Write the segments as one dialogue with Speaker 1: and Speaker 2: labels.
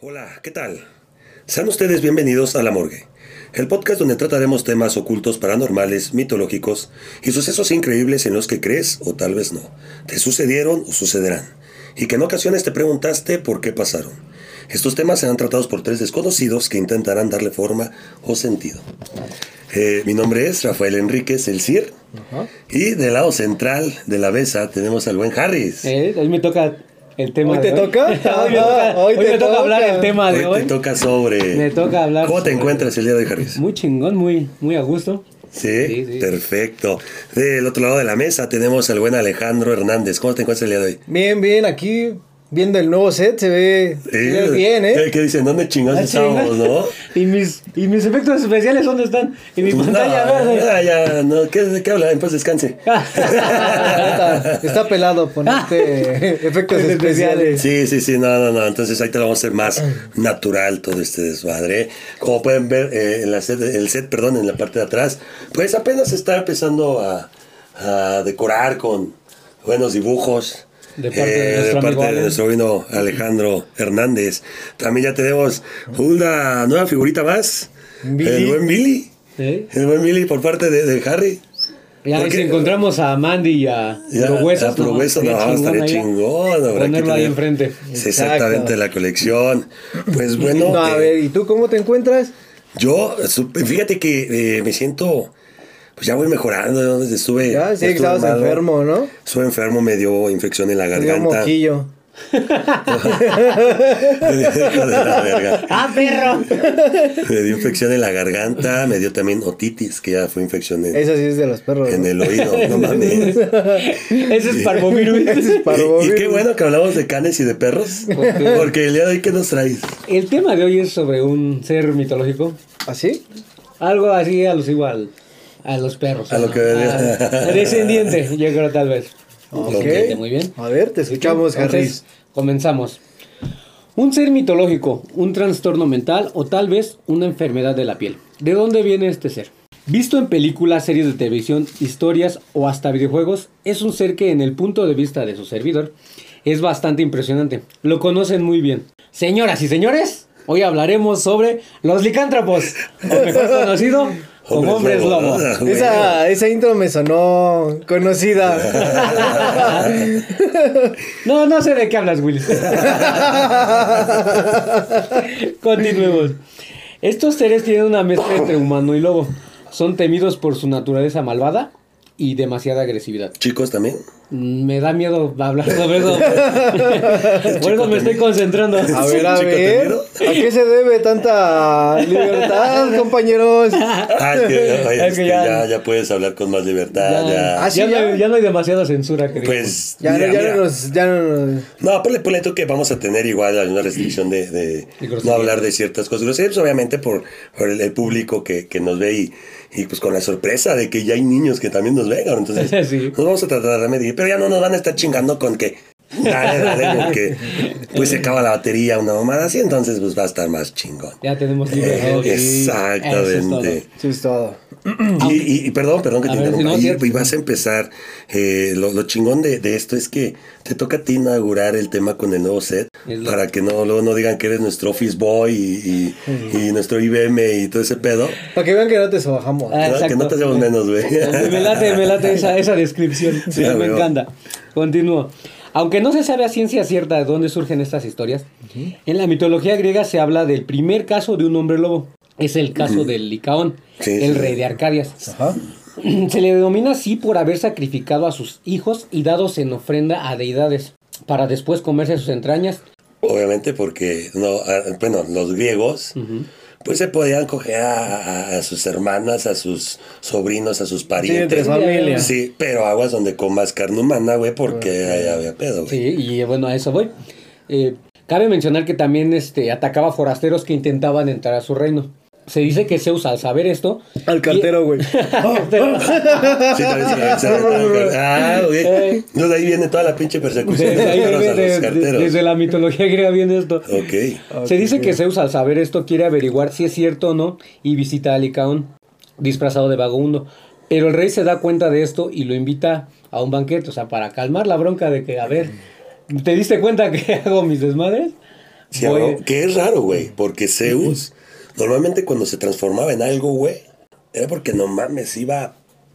Speaker 1: Hola, ¿qué tal? Sean ustedes bienvenidos a La Morgue, el podcast donde trataremos temas ocultos, paranormales, mitológicos y sucesos increíbles en los que crees o tal vez no, te sucedieron o sucederán, y que en ocasiones te preguntaste por qué pasaron. Estos temas serán tratados por tres desconocidos que intentarán darle forma o sentido. Eh, mi nombre es Rafael Enríquez, el CIR,
Speaker 2: Ajá.
Speaker 1: y del lado central de la mesa tenemos al buen Harris.
Speaker 2: Eh, hoy me toca el tema
Speaker 3: ¿Hoy
Speaker 2: de
Speaker 3: te toca?
Speaker 2: hoy me
Speaker 3: Ajá,
Speaker 2: toca,
Speaker 3: hoy
Speaker 2: hoy
Speaker 3: te
Speaker 2: me toca hablar
Speaker 3: toca.
Speaker 2: el tema de
Speaker 1: Hoy
Speaker 2: hoy.
Speaker 1: te toca sobre...
Speaker 2: Me toca hablar
Speaker 1: ¿Cómo te
Speaker 2: sobre-
Speaker 1: encuentras el día de hoy, Harris?
Speaker 2: Muy chingón, muy, muy a gusto.
Speaker 1: ¿Sí?
Speaker 2: Sí, sí.
Speaker 1: perfecto. Del otro lado de la mesa tenemos al buen Alejandro Hernández. ¿Cómo te encuentras el día de hoy?
Speaker 3: Bien, bien, aquí viendo el nuevo set se ve, se ve bien, ¿eh?
Speaker 1: ¿Qué dicen? ¿Dónde chingados
Speaker 2: Ah,
Speaker 1: Pues estábamos,
Speaker 2: chingón.
Speaker 1: no?
Speaker 2: y, mis, y mis efectos especiales, ¿dónde están? Y mi
Speaker 1: No,
Speaker 2: pantalla verde.
Speaker 1: ya, ya, no. ¿Qué, ¿De qué hablan? Pues descanse.
Speaker 3: Está, está pelado ponerte efectos
Speaker 2: Efectos
Speaker 3: especiales.
Speaker 2: especiales.
Speaker 1: Sí, sí, sí, no, no, no. Entonces ahí te lo vamos a hacer más natural todo este desmadre. Como pueden ver, eh, en la set- el set, perdón, en la parte de atrás, pues apenas está empezando a, a decorar con buenos dibujos. eh,
Speaker 2: De parte de
Speaker 1: de
Speaker 2: nuestro
Speaker 1: parte
Speaker 2: amigo
Speaker 1: de
Speaker 2: Ale.
Speaker 1: nuestro vino Alejandro Hernández. También ya tenemos una nueva figurita más.
Speaker 3: Billy.
Speaker 1: El buen Billy.
Speaker 2: ¿Eh?
Speaker 1: El buen Billy por parte de, de Harry.
Speaker 2: Y ahí
Speaker 1: Porque-
Speaker 2: si encontramos a Mandy y a
Speaker 1: Ya,
Speaker 2: Prohuesos.
Speaker 1: ya, pero huesos, no, estaría chingón. habrá que
Speaker 2: Ponerlo ahí
Speaker 1: tener-
Speaker 2: enfrente.
Speaker 1: Sí, exactamente,
Speaker 3: Exacto.
Speaker 1: la colección. Pues bueno,
Speaker 3: No, a
Speaker 1: eh,
Speaker 3: ver, ¿y tú cómo te encuentras?
Speaker 1: yo, sup- fíjate que eh, me siento, pues ya voy mejorando. ¿no? Desde Estuve,
Speaker 3: Ya, sí,
Speaker 1: estuve
Speaker 3: estabas
Speaker 1: malo.
Speaker 3: enfermo, ¿no?
Speaker 1: Estuve enfermo, me dio infección en la
Speaker 3: Te dio
Speaker 1: garganta.
Speaker 3: moquillo.
Speaker 1: Hijo de la verga.
Speaker 2: ¡Ah, perro!
Speaker 1: Me dio infección en la garganta, me dio también otitis, que ya fue infección en,
Speaker 3: Eso sí es de los perros.
Speaker 1: en
Speaker 3: ¿no?
Speaker 1: el oído, no mames.
Speaker 2: Ese es parvovirus.
Speaker 3: Ese es par- Parvo,
Speaker 1: Y, y qué
Speaker 3: virus.
Speaker 1: bueno que hablamos de canes y de perros,
Speaker 2: Porque-
Speaker 1: porque el día de hoy, ¿qué nos traes?
Speaker 2: El tema de hoy es sobre un ser mitológico
Speaker 3: ¿Así?
Speaker 2: Algo así alusivo al, a los perros.
Speaker 1: A lo que venía.
Speaker 2: A- Descendiente, yo creo tal vez.
Speaker 3: Ok.
Speaker 2: Descendiente, Muy bien.
Speaker 3: A ver, te escuchamos, Harris.
Speaker 2: Entonces, comenzamos. Un ser mitológico, un trastorno mental o tal vez una enfermedad de la piel. ¿De dónde viene este ser? Visto en películas, series de televisión, historias o hasta videojuegos, es un ser que en el punto de vista de su servidor es bastante impresionante. Lo conocen muy bien. Señoras y señores, hoy hablaremos sobre los licántropos, o mejor conocido como
Speaker 1: Hombres
Speaker 2: hombres
Speaker 1: lobo,
Speaker 2: lobo.
Speaker 1: ¿no?
Speaker 3: Esa, esa intro me sonó conocida.
Speaker 2: No, no sé de qué hablas, Willis. Continuemos. Estos seres tienen una mezcla entre humano y lobo. Son temidos por su naturaleza malvada y demasiada agresividad.
Speaker 1: Chicos también.
Speaker 2: Mm, Me da miedo hablar sobre eso. Por eso me estoy concentrando.
Speaker 3: A
Speaker 1: Sí,
Speaker 3: ver, a
Speaker 1: chico
Speaker 3: ver.
Speaker 1: temido.
Speaker 3: ¿A qué se debe tanta libertad, compañeros?
Speaker 1: Ah, es que, oye,
Speaker 2: Es
Speaker 1: es
Speaker 2: que
Speaker 1: que
Speaker 2: ya-
Speaker 1: ya, ya puedes hablar con más libertad. Ya.
Speaker 3: Ah, sí,
Speaker 2: ya,
Speaker 3: ya.
Speaker 2: No, hay- ya no hay demasiada censura, creo.
Speaker 1: Pues.
Speaker 3: Ya,
Speaker 1: mira,
Speaker 3: no- ya
Speaker 1: mira.
Speaker 3: no nos. Ya no nos-
Speaker 1: No, ponle, ponle tú que vamos a tener igual alguna restricción de, de
Speaker 2: Y groserías.
Speaker 1: no hablar de ciertas cosas. Groserías, pues, obviamente, por, por el, el público que, que nos ve y, y, pues con la sorpresa de que ya hay niños que también nos ven. cabrón. Entonces,
Speaker 2: Sí.
Speaker 1: nos vamos a tratar de remedir. Pero ya no nos van a estar chingando con que. Dale, dale, porque pues se acaba la batería, una mamada así, entonces pues va a estar más chingón.
Speaker 2: Ya tenemos libre
Speaker 1: Eh,
Speaker 2: albedrío. Eso
Speaker 1: exactamente.
Speaker 2: es todo.
Speaker 3: Sí, es todo.
Speaker 1: Y, y- y perdón, perdón que
Speaker 2: A
Speaker 1: te
Speaker 2: ver,
Speaker 1: interrumpa.
Speaker 2: si no,
Speaker 1: Y-
Speaker 2: cierto.
Speaker 1: y, vas a empezar. eh, lo, lo chingón de, de esto es que te toca a ti inaugurar el tema con el nuevo set.
Speaker 2: Es lo-
Speaker 1: Para que no, luego no digan que eres nuestro Office Boy y, y- y nuestro IBM y todo ese pedo.
Speaker 3: Para que vean que no te sobajamos.
Speaker 2: Ah,
Speaker 1: Que no- que no
Speaker 2: exacto.
Speaker 1: te hacemos menos, güey.
Speaker 2: Pues Me late, me late esa, esa descripción.
Speaker 1: Sí,
Speaker 2: me
Speaker 1: a huevo.
Speaker 2: encanta. Continúo. Aunque no se sabe a ciencia cierta de dónde surgen estas historias, en la mitología griega se habla del primer caso de un hombre lobo. Es el caso del Licaón,
Speaker 1: Sí,
Speaker 2: el
Speaker 1: sí.
Speaker 2: rey de Arcadias.
Speaker 3: Ajá.
Speaker 2: Se le denomina así por haber sacrificado a sus hijos y dados en ofrenda a deidades, para después comerse sus entrañas.
Speaker 1: Obviamente, porque no, ah, bueno, los griegos. Pues se podían coger a, a- a sus hermanas, a sus sobrinos, a sus
Speaker 3: Sí, entre
Speaker 1: parientes.
Speaker 3: familia.
Speaker 1: Sí, pero aguas donde comas carne humana, güey, porque ahí había pedo, güey.
Speaker 2: Sí, y bueno, a eso voy. Eh, cabe mencionar que también este, atacaba forasteros que intentaban entrar a su reino. Se dice que Zeus, al saber esto.
Speaker 3: Al cartero, güey.
Speaker 1: Sí, también se la- se la- se la- Ah, güey.
Speaker 2: Eh.
Speaker 1: Entonces ahí viene toda la pinche persecución de
Speaker 2: Desde, ahí
Speaker 1: los
Speaker 2: viene-
Speaker 1: carteros a los
Speaker 2: de-
Speaker 1: carteros.
Speaker 2: desde la mitología griega viene esto.
Speaker 1: Ok.
Speaker 3: Ok,
Speaker 2: Se dice
Speaker 3: ok.
Speaker 2: que Zeus, al saber esto, quiere averiguar si es cierto o no y visita a Licaón, disfrazado de vagabundo. Pero el rey se da cuenta de esto y lo invita a un banquete, o sea, para calmar la bronca de que, a ver, ¿te diste cuenta que hago mis desmadres?
Speaker 1: Sí, ¿no? que es raro, güey, porque Zeus, normalmente cuando se transformaba en algo, güey, era porque no mames, iba,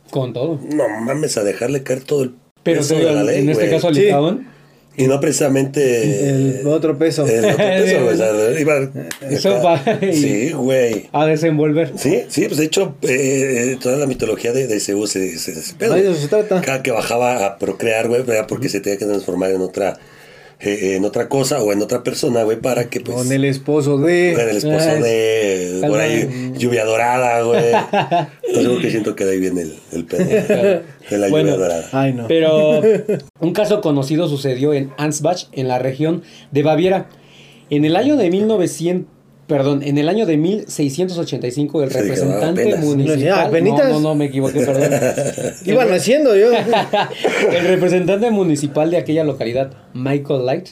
Speaker 2: Con todo.
Speaker 1: no mames, a dejarle caer todo el
Speaker 2: Pero
Speaker 1: peso
Speaker 2: te
Speaker 1: de
Speaker 2: digo,
Speaker 1: la ley,
Speaker 2: en este
Speaker 1: güey.
Speaker 2: caso al
Speaker 3: Sí.
Speaker 2: Licaón,
Speaker 1: Y no precisamente...
Speaker 3: El otro peso.
Speaker 1: el otro peso, güey, o sea,
Speaker 2: Eh,
Speaker 1: iba-
Speaker 2: Eso
Speaker 1: acá.
Speaker 2: va-
Speaker 1: Sí, güey.
Speaker 2: a desenvolver.
Speaker 1: Sí, sí, pues de hecho, eh, eh, toda la mitología de, de Zeus es, es ese pedo.
Speaker 3: Ay, de eso se trata.
Speaker 1: Cada que bajaba a procrear, güey, era porque se tenía que transformar en otra, eh, eh, en otra cosa o en otra persona, güey, para que pues.
Speaker 3: Con el esposo de.
Speaker 1: fuera el esposo
Speaker 2: Ay,
Speaker 1: de.
Speaker 2: tal
Speaker 1: Por ahí,
Speaker 2: vez.
Speaker 1: lluvia dorada, güey. No sé por qué siento que de ahí viene el, el pedo de la
Speaker 2: Bueno.
Speaker 1: lluvia dorada.
Speaker 3: Ay, no.
Speaker 2: Pero un caso conocido sucedió en Ansbach, en la región de Baviera. En el año de 1900, perdón, en el año de 1685 el
Speaker 1: Sí, dije,
Speaker 2: representante
Speaker 1: apenas.
Speaker 3: Ah,
Speaker 2: municipal, no,
Speaker 3: apenitas.
Speaker 2: no, no, me equivoqué, perdón.
Speaker 3: Iban
Speaker 2: El-
Speaker 3: haciendo yo.
Speaker 2: el representante municipal de aquella localidad, Michael Light,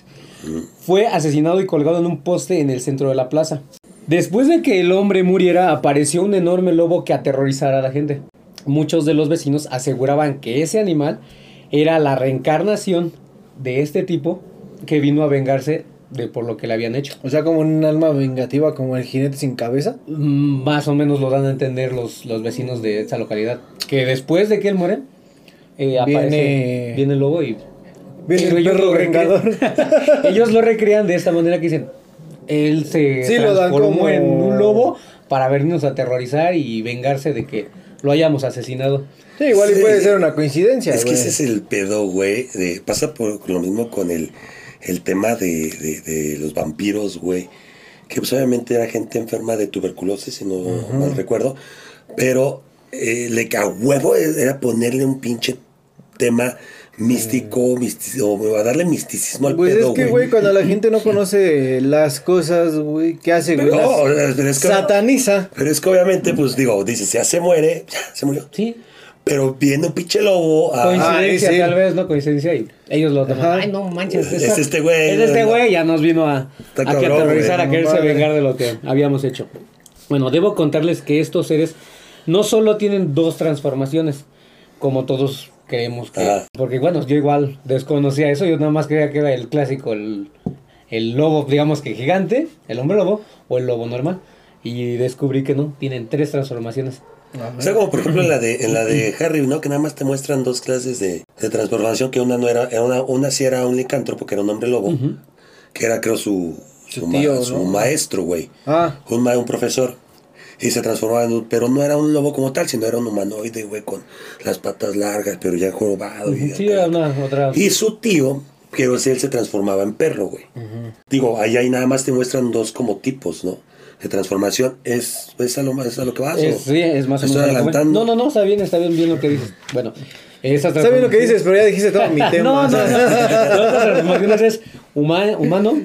Speaker 2: fue asesinado y colgado en un poste en el centro de la plaza. Después de que el hombre muriera, apareció un enorme lobo que aterrorizara a la gente. Muchos de los vecinos aseguraban que ese animal era la reencarnación de este tipo que vino a vengarse de por lo que le habían hecho.
Speaker 3: O sea, como un alma vengativa, como el jinete sin cabeza.
Speaker 2: Mm, Más o menos lo dan a entender los, los vecinos de esa localidad. Que después de que él muere, eh, aparece,
Speaker 3: Viene-
Speaker 2: viene el lobo y
Speaker 3: Viene
Speaker 2: pero
Speaker 3: el
Speaker 2: ellos
Speaker 3: perro
Speaker 2: lo recrean-
Speaker 3: vengador.
Speaker 2: ellos lo recrean de esta manera que dicen, él se
Speaker 3: Sí, lo dan
Speaker 2: transformó
Speaker 3: como-
Speaker 2: en un lobo para vernos aterrorizar y vengarse de que lo hayamos asesinado.
Speaker 3: Sí, igual
Speaker 1: Sí.
Speaker 3: y puede ser una coincidencia.
Speaker 1: Es que
Speaker 3: güey.
Speaker 1: ese es el pedo, güey. de- Pasa por lo mismo con el, el tema de, de- de los vampiros, güey. Que pues obviamente era gente enferma de tuberculosis, si no mal recuerdo. Pero eh, le ca- a huevo era ponerle un pinche tema místico, misti- o a darle misticismo al
Speaker 3: Mm. Pues
Speaker 1: pedo,
Speaker 3: es que,
Speaker 1: güey.
Speaker 3: güey, cuando la gente no conoce las cosas, güey, ¿qué hace, güey?
Speaker 1: Pero,
Speaker 3: Las
Speaker 1: no, pero es que-
Speaker 3: sataniza.
Speaker 1: pero es que obviamente, pues digo, dice, ya se muere, ya se murió.
Speaker 2: Sí,
Speaker 1: Pero viene un pinche lobo a...
Speaker 2: coincidencia
Speaker 3: Ah, sí.
Speaker 2: tal vez, no coincidencia. Y ellos lo toman.
Speaker 3: Ajá.
Speaker 2: Ay, no manches.
Speaker 1: Es
Speaker 2: esa-
Speaker 1: este güey,
Speaker 2: Es este
Speaker 1: ¿no?
Speaker 2: güey, ya nos vino a,
Speaker 1: Está
Speaker 2: a que
Speaker 1: cabrón,
Speaker 2: aterrorizar,
Speaker 1: güey.
Speaker 2: a quererse
Speaker 3: No mames.
Speaker 2: vengar de lo que habíamos hecho. Bueno, debo contarles que estos seres no solo tienen dos transformaciones, como todos creemos que.
Speaker 1: Ajá.
Speaker 2: Porque bueno, yo igual desconocía eso, yo nada más creía que era el clásico, el, el lobo, digamos que gigante, el hombre lobo, o el lobo normal. Y descubrí que no, tienen tres transformaciones.
Speaker 1: O sea, como por ejemplo en la de, en la de Harry, ¿no? Que nada más te muestran dos clases de, de transformación, que una no era, era una, una sí era un licántropo, que era un hombre lobo, que era creo su,
Speaker 3: Su
Speaker 1: su, ma-
Speaker 3: tío,
Speaker 1: su
Speaker 3: ¿no?
Speaker 1: maestro, güey.
Speaker 3: Ah,
Speaker 1: Un, ma- un profesor. Y se transformaba en un, pero no era un lobo como tal, sino era un humanoide, güey, con las patas largas, pero ya jorobado. y
Speaker 2: Sí,
Speaker 1: acá.
Speaker 2: era una otra.
Speaker 1: Y su tío, pero sí, él se transformaba en perro, güey. Digo, ahí, ahí nada más te muestran dos como tipos, ¿no? De transformación. ¿Es, es, a, lo, es a lo que vas? o-
Speaker 2: Es, sí, es más o
Speaker 1: Estoy
Speaker 2: menos. lo que-
Speaker 1: adelantando.
Speaker 2: No, no, no, está bien, está bien, bien lo que dices. Bueno, esa
Speaker 3: está bien lo que dices, pero ya dijiste todo mi tema.
Speaker 2: no, no, no. La otra transformación es huma- humano,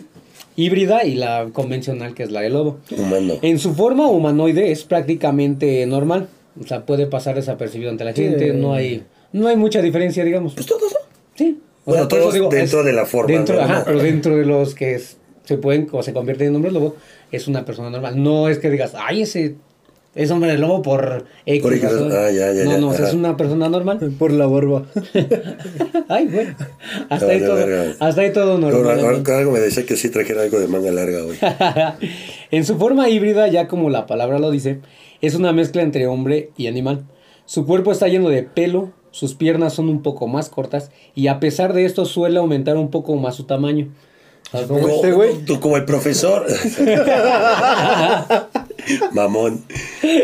Speaker 2: híbrida y la convencional, que es la de lobo.
Speaker 1: Humano.
Speaker 2: En su forma humanoide es prácticamente normal. O sea, puede pasar desapercibido ante la gente. No hay no hay mucha diferencia, digamos.
Speaker 1: Pues todos, ¿no?
Speaker 2: Sí. O
Speaker 1: Bueno,
Speaker 2: sea, por
Speaker 1: todos
Speaker 2: eso digo,
Speaker 1: dentro de la forma,
Speaker 2: Dentro,
Speaker 1: ¿no?
Speaker 2: ajá,
Speaker 1: Ajá.
Speaker 2: pero dentro de los que es- se pueden o se convierten en hombres lobo, es una persona normal. No es que digas, ay, ese es hombre lobo por X.
Speaker 1: Por X
Speaker 2: razón".
Speaker 1: razón. Ah, ya, ya,
Speaker 2: no,
Speaker 1: ya,
Speaker 2: no, o sea,
Speaker 1: ajá.
Speaker 2: es una persona normal.
Speaker 3: Por la barba.
Speaker 2: ay, güey. Hasta,
Speaker 1: No,
Speaker 2: ahí
Speaker 1: de
Speaker 2: todo,
Speaker 1: verga.
Speaker 2: hasta ahí
Speaker 1: Pero
Speaker 2: todo normal.
Speaker 1: ahora- ahora algo me decía que sí trajera algo de manga larga, güey.
Speaker 2: en su forma híbrida, ya como la palabra lo dice, es una mezcla entre hombre y animal. Su cuerpo está lleno de pelo, sus piernas son un poco más cortas y a pesar de esto suele aumentar un poco más su tamaño.
Speaker 3: Como este güey.
Speaker 1: Tú como el profesor. Mamón.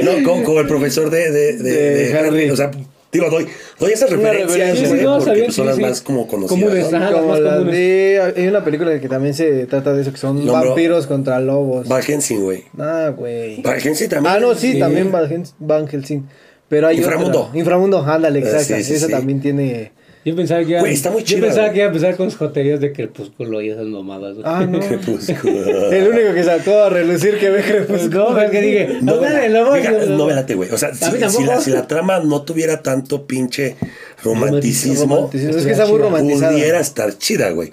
Speaker 1: No, como, como el profesor de, de, de,
Speaker 3: De
Speaker 1: de
Speaker 3: Harry.
Speaker 1: O sea, digo, doy, doy esas
Speaker 3: Una
Speaker 1: referencias,
Speaker 3: referencia.
Speaker 1: güey,
Speaker 3: Sí, no,
Speaker 1: porque
Speaker 2: sabía,
Speaker 1: pues, son
Speaker 2: sí,
Speaker 1: las
Speaker 2: sí.
Speaker 1: más como
Speaker 2: Comunes,
Speaker 1: conocidas. ¿no?
Speaker 2: ajá. las
Speaker 3: Como
Speaker 2: más
Speaker 3: la
Speaker 2: comunes.
Speaker 3: de- hay una película que también se trata de eso, que son
Speaker 1: No, bro.
Speaker 3: vampiros contra lobos.
Speaker 1: Van Helsing, güey.
Speaker 3: Ah, güey.
Speaker 1: Van Helsing también.
Speaker 3: Ah, no, sí,
Speaker 2: Sí.
Speaker 3: también Van, Hels- Van Helsing. Pero hay
Speaker 1: Inframundo.
Speaker 3: otra. Inframundo, ándale,
Speaker 1: Ah,
Speaker 3: exacto.
Speaker 1: sí, sí,
Speaker 3: Esa
Speaker 1: sí.
Speaker 3: también tiene...
Speaker 2: Yo pensaba que iba,
Speaker 1: Güey, está muy chida,
Speaker 2: yo pensaba
Speaker 1: güey.
Speaker 2: que iba a empezar con joterías de crepúsculo y esas mamadas. güey.
Speaker 3: Ah, no.
Speaker 1: Crepúsculo.
Speaker 3: El único que sacó a relucir que ve
Speaker 2: Pues
Speaker 3: crepúsculo.
Speaker 2: no, es que dije,
Speaker 1: No,
Speaker 2: "Ah, dale,
Speaker 1: vela-
Speaker 2: lo voy,
Speaker 1: fija-
Speaker 2: lo-
Speaker 1: no, velate, güey. O sea, si,
Speaker 2: mí
Speaker 1: si
Speaker 2: tampoco.
Speaker 1: la, si la trama no tuviera tanto pinche romanticismo,
Speaker 3: Romanticismo. Es que
Speaker 2: Estuviera
Speaker 3: está muy
Speaker 2: chida.
Speaker 3: romantizada.
Speaker 1: pudiera estar chida, güey.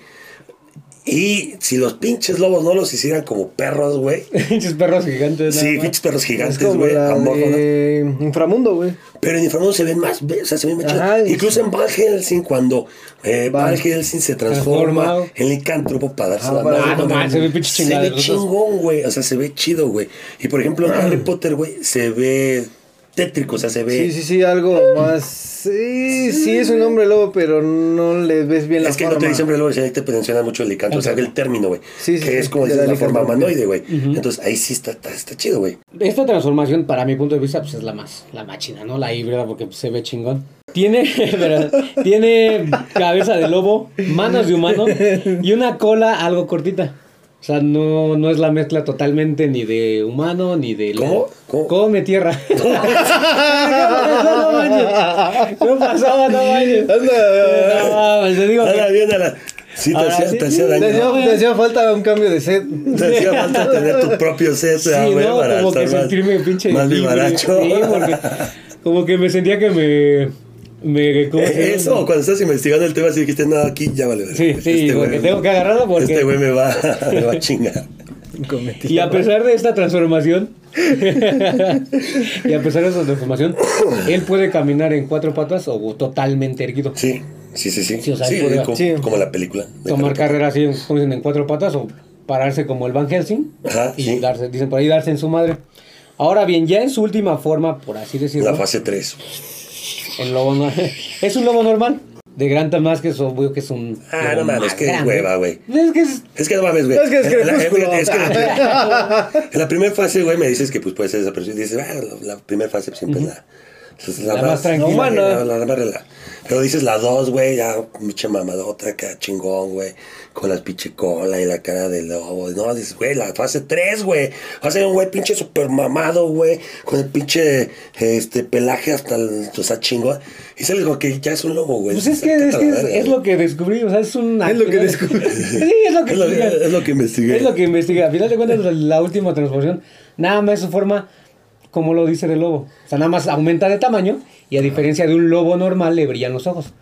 Speaker 1: Y si los pinches lobos no los hicieran como perros, güey.
Speaker 2: Pinches perros gigantes. nada
Speaker 1: Sí,
Speaker 2: más.
Speaker 1: pinches perros
Speaker 3: Es
Speaker 1: gigantes,
Speaker 3: como
Speaker 1: güey.
Speaker 3: la
Speaker 1: amorfonas.
Speaker 3: de Inframundo, güey.
Speaker 1: Pero en Inframundo se ven más, ve- o sea, se ven más
Speaker 3: Ajá,
Speaker 1: chidas.
Speaker 3: y-
Speaker 1: Incluso en Van Helsing, cuando eh,
Speaker 3: Van-
Speaker 1: Van Helsing se transforma
Speaker 2: Transformado.
Speaker 1: en licántropo para darse
Speaker 3: Ah,
Speaker 1: la
Speaker 3: para-
Speaker 1: madre,
Speaker 3: ah, no
Speaker 1: güey.
Speaker 2: mames, se ve pinche
Speaker 1: Se
Speaker 2: chingada
Speaker 1: ve
Speaker 2: de los dos.
Speaker 1: chingón, güey. O sea, se ve chido, güey. Y por ejemplo, en Harry Potter, güey, se ve tétrico, o sea, se ve.
Speaker 3: Sí, sí, sí, algo más. Sí, sí, es un hombre lobo, pero no le ves bien la
Speaker 1: Es que no
Speaker 3: forma.
Speaker 1: te dicen hombre lobo, sino que te menciona mucho el licántropo, o sea, el término, güey.
Speaker 3: Sí, sí,
Speaker 1: que
Speaker 3: sí,
Speaker 1: es como
Speaker 3: de
Speaker 1: dices,
Speaker 3: la
Speaker 1: la forma
Speaker 3: licántropa.
Speaker 1: humanoide, güey. Entonces ahí sí está, está, está chido, güey.
Speaker 2: Esta transformación, para mi punto de vista, pues es la más, la más chida, ¿no? La híbrida, porque pues, se ve chingón. Tiene, pero, tiene cabeza de lobo, manos de humano y una cola algo cortita. O sea, no, no es la mezcla totalmente ni de humano ni de lobo.
Speaker 1: ¿Cómo? ¿Cómo?
Speaker 2: Come tierra. ¿Qué pasó? No manches. No pasaba, no manches.
Speaker 3: Anda,
Speaker 2: No, pues, te digo que-
Speaker 1: Ahora bien, Alan. Sí, te
Speaker 2: Ahora
Speaker 1: hacía,
Speaker 2: sí.
Speaker 1: te hacía
Speaker 3: Ah, te
Speaker 1: daño.
Speaker 3: hacía- te hacía falta un cambio de set.
Speaker 1: Te hacía falta tener tu propio set,
Speaker 2: Sí,
Speaker 1: ah, güey,
Speaker 2: no,
Speaker 1: para
Speaker 2: como que
Speaker 1: estar más-
Speaker 2: sentirme pinche
Speaker 1: más Eh,
Speaker 2: libre.
Speaker 1: vivaracho.
Speaker 2: Sí, porque como que me sentía que me... me ¿cómo se llama?
Speaker 1: Eh, Eso, cuando estás investigando el tema, si dijiste, no, aquí ya vale.
Speaker 2: Sí,
Speaker 1: verga.
Speaker 2: sí,
Speaker 1: güey-
Speaker 2: porque tengo que agarrarlo porque...
Speaker 1: Este güey me va, me va a chingar.
Speaker 3: Cometí.
Speaker 2: y a pesar de esta transformación, y a pesar de esta transformación, él puede caminar en cuatro patas o totalmente erguido.
Speaker 1: Sí, sí, sí, sí.
Speaker 2: Sí, o sea,
Speaker 1: Sí, eh,
Speaker 2: podría-
Speaker 1: como,
Speaker 3: sí.
Speaker 1: como la película. de
Speaker 2: Tomar
Speaker 1: Harry
Speaker 2: carreras así, como dicen, en cuatro patas o pararse como el Van Helsing
Speaker 1: Ajá,
Speaker 2: y
Speaker 1: sí.
Speaker 2: darse, dicen por ahí, darse en su madre. Ahora bien, ya en su última forma, por así
Speaker 1: Potter.
Speaker 2: decirlo,
Speaker 1: La fase 3.
Speaker 2: El lobo no- es un lobo normal. De gran tamaño, es obvio que es un.
Speaker 1: Ah,
Speaker 2: lobo
Speaker 1: no mames,
Speaker 2: más
Speaker 1: qué
Speaker 2: grande.
Speaker 1: hueva, güey.
Speaker 2: Es que es.
Speaker 1: Es que no mames, güey.
Speaker 3: Es que es
Speaker 1: En la- en-
Speaker 3: crepúsculo.
Speaker 1: es que en la- en la primera fase, güey, me dices que pues puede ser esa persona. Y dices, ah, la, la primera fase pues, siempre es la, pues,
Speaker 2: La más tranquila.
Speaker 1: humana. La, la- la más rela- Pero dices la dos, güey, ya, pinche mamadota, acá chingón, güey. Con la pinche cola y la cara de lobo. No, dices, güey, la fase tres, güey. Va a ser un güey pinche super mamado, güey. Con el pinche este, pelaje hasta el. O sea, chingón. Y sales como que ya es un lobo, güey.
Speaker 2: Pues es que,
Speaker 1: Sácate
Speaker 2: es,
Speaker 1: la
Speaker 2: que es,
Speaker 1: verga,
Speaker 2: es
Speaker 1: güey.
Speaker 2: lo que descubrí. O sea, es un.
Speaker 3: Es lo que descubrí.
Speaker 2: sí, es lo que
Speaker 1: Es lo,
Speaker 2: investigué.
Speaker 1: es lo que investigué.
Speaker 2: Es lo que investigué. A final de cuentas, la, la última transformación, nada más su forma, como lo dice el lobo. O sea, nada más aumenta de tamaño y a diferencia de un lobo normal, le brillan los ojos.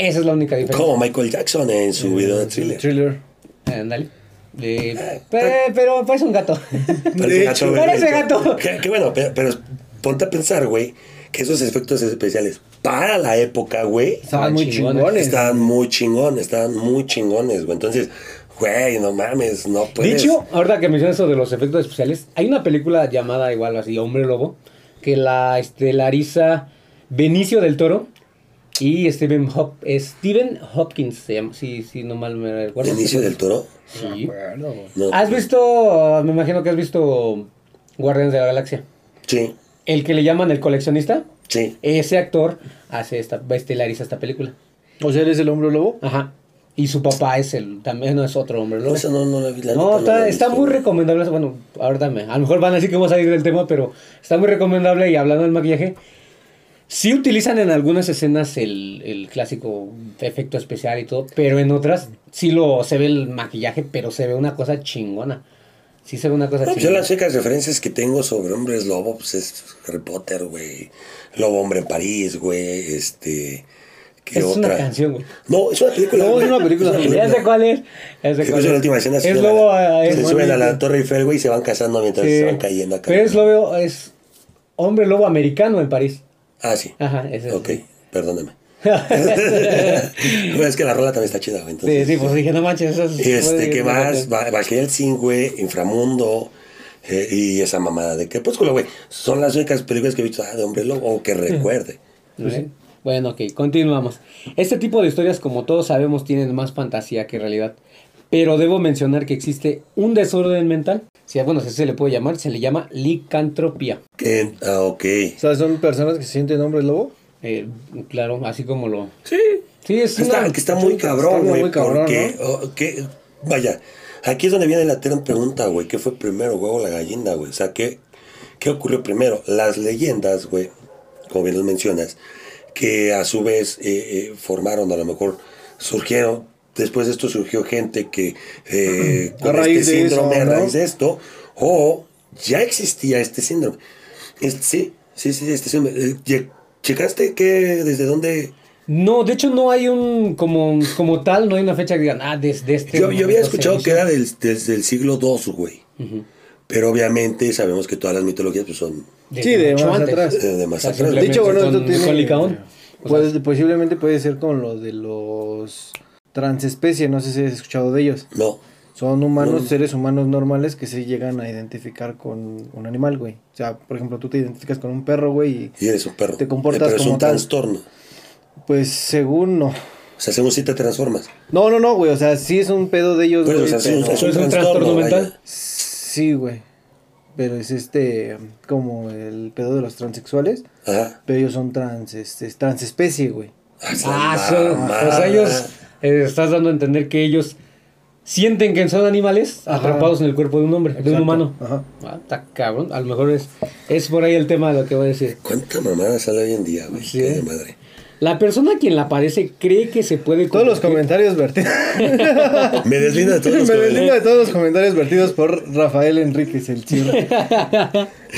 Speaker 2: Esa es la única diferencia.
Speaker 1: Como Michael Jackson en su video de thriller.
Speaker 3: Thriller.
Speaker 2: Ándale. Eh, pe- pero parece un gato.
Speaker 1: Parece
Speaker 3: De
Speaker 1: gato,
Speaker 3: hecho.
Speaker 1: güey.
Speaker 2: Parece gato.
Speaker 1: Que, que bueno, pero, pero ponte a pensar, güey, que esos efectos especiales para la época, güey,
Speaker 3: Estaban muy
Speaker 2: Chingones.
Speaker 3: chingones.
Speaker 1: estaban muy chingones, estaban muy chingones, güey. Entonces, güey, no mames, no puedes.
Speaker 2: Dicho, ahora que mencionas eso de los efectos especiales, hay una película llamada igual así, Hombre Lobo, que la estelariza Benicio del Toro y Stephen, Hop Stephen Hopkins, se llama, si sí, no mal me recuerdo.
Speaker 1: Benicio del Toro.
Speaker 2: Sí.
Speaker 1: No.
Speaker 2: ¿Has visto, me imagino que has visto Guardianes de la Galaxia?
Speaker 1: Sí,
Speaker 2: El que le llaman el coleccionista,
Speaker 1: sí.
Speaker 2: ese actor hace esta, estelariza esta película.
Speaker 3: O sea, eres el hombre lobo.
Speaker 2: Ajá. Y su papá es el, también no es otro hombre
Speaker 1: No,
Speaker 2: lobo.
Speaker 1: esa no, no la vi. la neta
Speaker 2: No,
Speaker 1: la
Speaker 2: está,
Speaker 1: he
Speaker 2: está
Speaker 1: visto,
Speaker 2: muy
Speaker 1: güey.
Speaker 2: recomendable. Bueno, ahorita me, a lo mejor van así que vamos a salir del tema, pero está muy recomendable. Y hablando del maquillaje, sí utilizan en algunas escenas el, el clásico efecto especial y todo, pero en otras sí lo se ve el maquillaje, pero se ve una cosa chingona. Sí se ve una cosa
Speaker 1: No, pues yo
Speaker 2: chingona.
Speaker 1: las únicas referencias que tengo sobre hombres lobo, pues es Harry Potter, güey. Lobo hombre en París, güey. Este. ¿qué
Speaker 2: Es
Speaker 1: otra?
Speaker 2: una canción, güey.
Speaker 1: No, es una película.
Speaker 3: No,
Speaker 1: güey.
Speaker 3: es una película.
Speaker 1: Es
Speaker 2: Ya sé cuál es. ya sé
Speaker 1: Que
Speaker 2: cuál
Speaker 1: pues en la última escena
Speaker 2: es
Speaker 1: se suben a
Speaker 2: lobo.
Speaker 1: la-
Speaker 2: eh,
Speaker 1: se
Speaker 2: es
Speaker 1: suben a la
Speaker 2: bonito.
Speaker 1: Torre Eiffel, güey, y se van casando mientras
Speaker 2: Sí.
Speaker 1: se van cayendo acá.
Speaker 2: Pero es lobo, es hombre lobo americano en París.
Speaker 1: Ah, sí.
Speaker 2: Ajá, ese es.
Speaker 1: ok, perdóname. Bueno, es que la rola también está chida, güey.
Speaker 2: Sí,
Speaker 1: Entonces,
Speaker 2: sí, pues dije, no manches, eso es-
Speaker 1: Este,
Speaker 2: puede-
Speaker 1: ¿qué más? Va- Van Helsing, güey, Inframundo eh, y esa mamada de Crepúsculo, güey. Son las únicas películas que he visto ah, de hombre lobo o que recuerde.
Speaker 2: ¿Eh? Bueno, ok, continuamos. Este tipo de historias, como todos sabemos, tienen más fantasía que realidad. Pero debo mencionar que existe un desorden mental. Si, bueno, si se le puede llamar, se le llama licantropía.
Speaker 1: Que- ah, ok.
Speaker 3: O sea, son personas que se sienten hombre lobo.
Speaker 2: Eh, claro, así como lo.
Speaker 1: Sí.
Speaker 2: Sí, es
Speaker 1: Que está,
Speaker 2: una-
Speaker 1: que está muy cabrón,
Speaker 3: muy
Speaker 1: güey.
Speaker 3: cabrón,
Speaker 1: porque, oh, que- vaya, aquí es donde viene la gran pregunta, güey. ¿Qué fue primero, huevo o la gallina, güey? O sea, ¿qué, ¿qué ocurrió primero? Las leyendas, güey, como bien lo mencionas, que a su vez eh, eh, formaron, a lo mejor surgieron. Después de esto surgió gente que eh,
Speaker 3: A
Speaker 1: con
Speaker 3: raíz
Speaker 1: este
Speaker 3: de eso,
Speaker 1: síndrome, a
Speaker 3: ¿no?
Speaker 1: raíz de esto, o ya existía este síndrome. Este- sí, sí, sí, este síndrome. Eh, che- ¿Checaste que desde dónde
Speaker 2: No, de hecho no hay un, como, como tal, no hay una fecha que digan, ah, desde este...
Speaker 1: Yo, yo había
Speaker 2: momento se
Speaker 1: escuchado
Speaker 2: hizo.
Speaker 1: que era del- desde el siglo II, güey. Pero obviamente sabemos que todas las mitologías pues, son
Speaker 2: Desde
Speaker 3: Sí, de
Speaker 2: mucho
Speaker 3: más
Speaker 2: antes.
Speaker 3: atrás.
Speaker 1: eh, de más
Speaker 2: sea,
Speaker 1: atrás.
Speaker 2: simplemente-
Speaker 3: De hecho, bueno,
Speaker 2: con-
Speaker 3: esto tiene.
Speaker 2: con Licaón. O
Speaker 3: Pues, posiblemente puede ser con lo de los transespecies, no sé si has escuchado de ellos.
Speaker 1: No.
Speaker 3: Son humanos,
Speaker 1: No.
Speaker 3: seres humanos normales que se llegan a identificar con un animal, güey. O sea, por ejemplo, tú te identificas con un perro, güey, y
Speaker 1: Y eres un perro.
Speaker 3: Te comportas
Speaker 1: pero es
Speaker 3: como
Speaker 1: un
Speaker 3: tal.
Speaker 1: trastorno.
Speaker 3: pues según no.
Speaker 1: O sea, según si te transformas.
Speaker 3: No, no, no, güey, o sea, sí es un pedo de ellos,
Speaker 1: Pues,
Speaker 3: güey.
Speaker 1: o sea, sí,
Speaker 3: pero-
Speaker 1: es un
Speaker 2: ¿Es un
Speaker 1: trastorno
Speaker 2: trastorno
Speaker 1: vaya.
Speaker 2: mental?
Speaker 3: Sí, güey. Pero es este, como el pedo de los transexuales,
Speaker 1: Ajá.
Speaker 3: pero ellos son trans, este, transespecie, güey.
Speaker 2: Ah, son,
Speaker 1: mamá.
Speaker 2: o sea, ellos eh, estás dando a entender que ellos sienten que son animales
Speaker 3: Ajá.
Speaker 2: atrapados en el cuerpo de un hombre, de un
Speaker 3: Exacto.
Speaker 2: humano.
Speaker 3: Ajá.
Speaker 2: Ah, está cabrón. A lo mejor es, es por ahí el tema de lo que voy a decir.
Speaker 1: ¿Cuánta mamada sale hoy en día, güey?
Speaker 2: Sí,
Speaker 1: Qué
Speaker 2: ¿eh?
Speaker 1: de madre.
Speaker 2: La persona a quien la aparece cree que se puede
Speaker 3: Todos los
Speaker 2: convertir-
Speaker 3: comentarios vertidos.
Speaker 1: Me deslinda de todos los
Speaker 3: Me
Speaker 1: comentarios.
Speaker 3: deslindo de todos los comentarios vertidos por Rafael Enríquez, el chino.